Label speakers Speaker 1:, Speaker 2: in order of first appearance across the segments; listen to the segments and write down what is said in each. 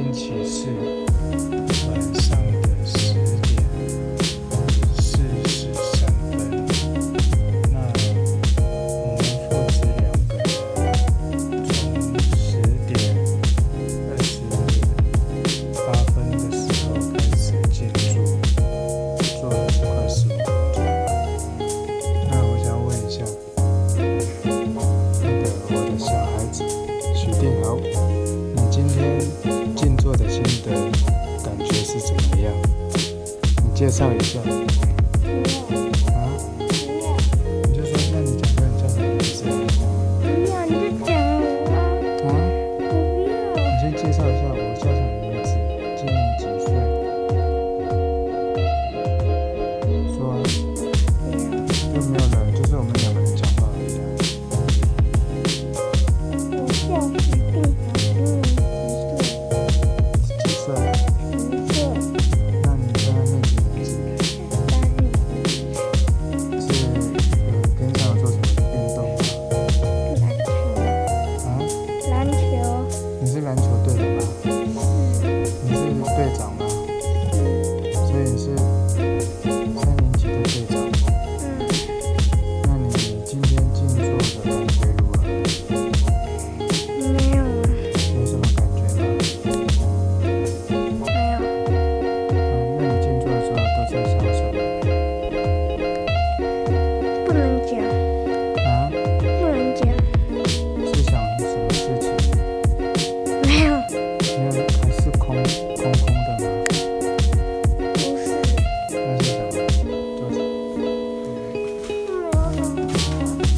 Speaker 1: 是晚上的十点四十三分。那我们父子两个人从十点二十八分的时候开始进驻，做了快十五分钟。那我想问一下，那个我的小孩子许定豪，你今天静坐的心得感觉是怎么样？你介绍一下啊？你就说，那你讲个你叫什么名字啊？你先介绍一下我叫什么名字，今年几岁？说啊，就没有了，就是我们两个人讲话而已啊。啊几岁？那你跟他妹几年级？是呃平常有做什么运动吗？啊，你是篮球队的吗？你是队长吗？所以你是三年级的队长。那你今天静坐的感觉如何？有什么感觉吗？嗯，那你静坐的时候都在想什么？啊，是想什么事情？没有，还是空空空的吗？那是什么？做什么？啊？你是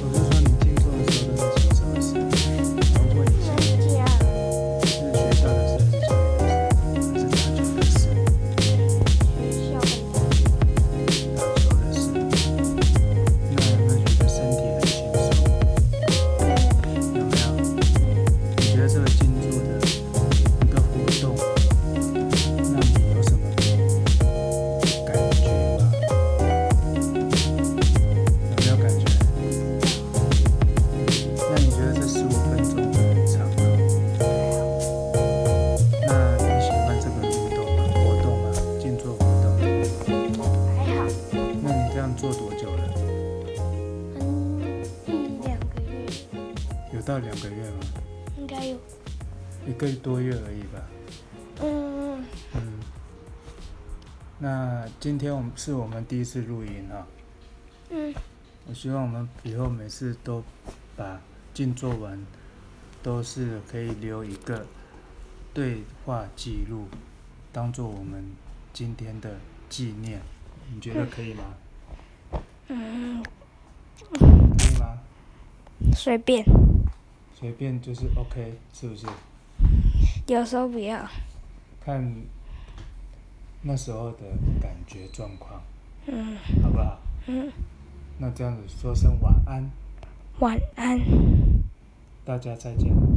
Speaker 1: 不是说你静坐的时候都在想什么事？我问一下。是学校的事，还是家里的事，还是打球的事，打球的事？那有没有觉得身体很轻松？有没有？你觉得这个静坐的一个活动，让你有什么感觉吗？有没有感觉？那你觉得这十五分钟会很长吗？那你喜欢这个运动吗？活动吗？静坐活动？那你这样做多久了？有到两个月吗？
Speaker 2: 应该有，
Speaker 1: 一个多月而已吧。
Speaker 2: 嗯，
Speaker 1: 嗯。那今天我们是我们第一次录音啊，
Speaker 2: 嗯，
Speaker 1: 我希望我们以后每次都把静坐完，都是可以留一个对话记录，当做我们今天的纪念。你觉得可以吗？
Speaker 2: 嗯，
Speaker 1: 可以吗？
Speaker 2: 随便，
Speaker 1: 随便就是 OK，是不是？
Speaker 2: 有时候不要，
Speaker 1: 看那时候的感觉状况，
Speaker 2: 嗯
Speaker 1: 好不好？
Speaker 2: 嗯，
Speaker 1: 那这样子说声晚安，
Speaker 2: 晚安，
Speaker 1: 大家再见。